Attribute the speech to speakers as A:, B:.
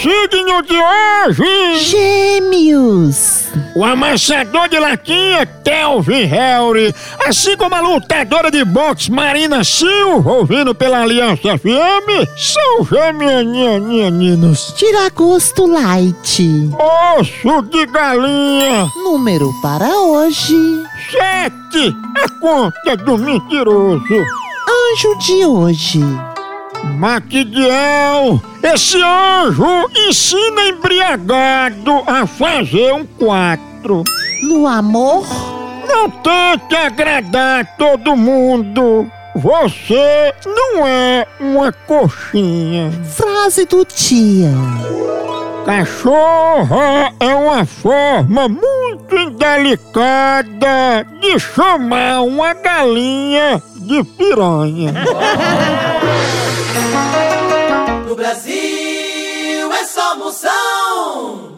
A: signo de hoje!
B: Gêmeos.
A: O amassador de latinha, Kelvin Helry, assim como a lutadora de boxe Marina Silva, ouvindo pela Aliança FM, são geminianinos.
B: Tirar gosto light.
A: Osso de galinha,
B: Número para hoje.
A: sete, a conta do mentiroso.
B: Anjo de hoje.
A: Maquidiel, esse anjo ensina embriagado a fazer um quatro.
B: No amor.
A: Não tente agradar todo mundo. Você não é uma coxinha.
B: Frase do dia.
A: Cachorra é uma forma muito indelicada de chamar uma galinha de piranha.
C: No Brasil é só moção.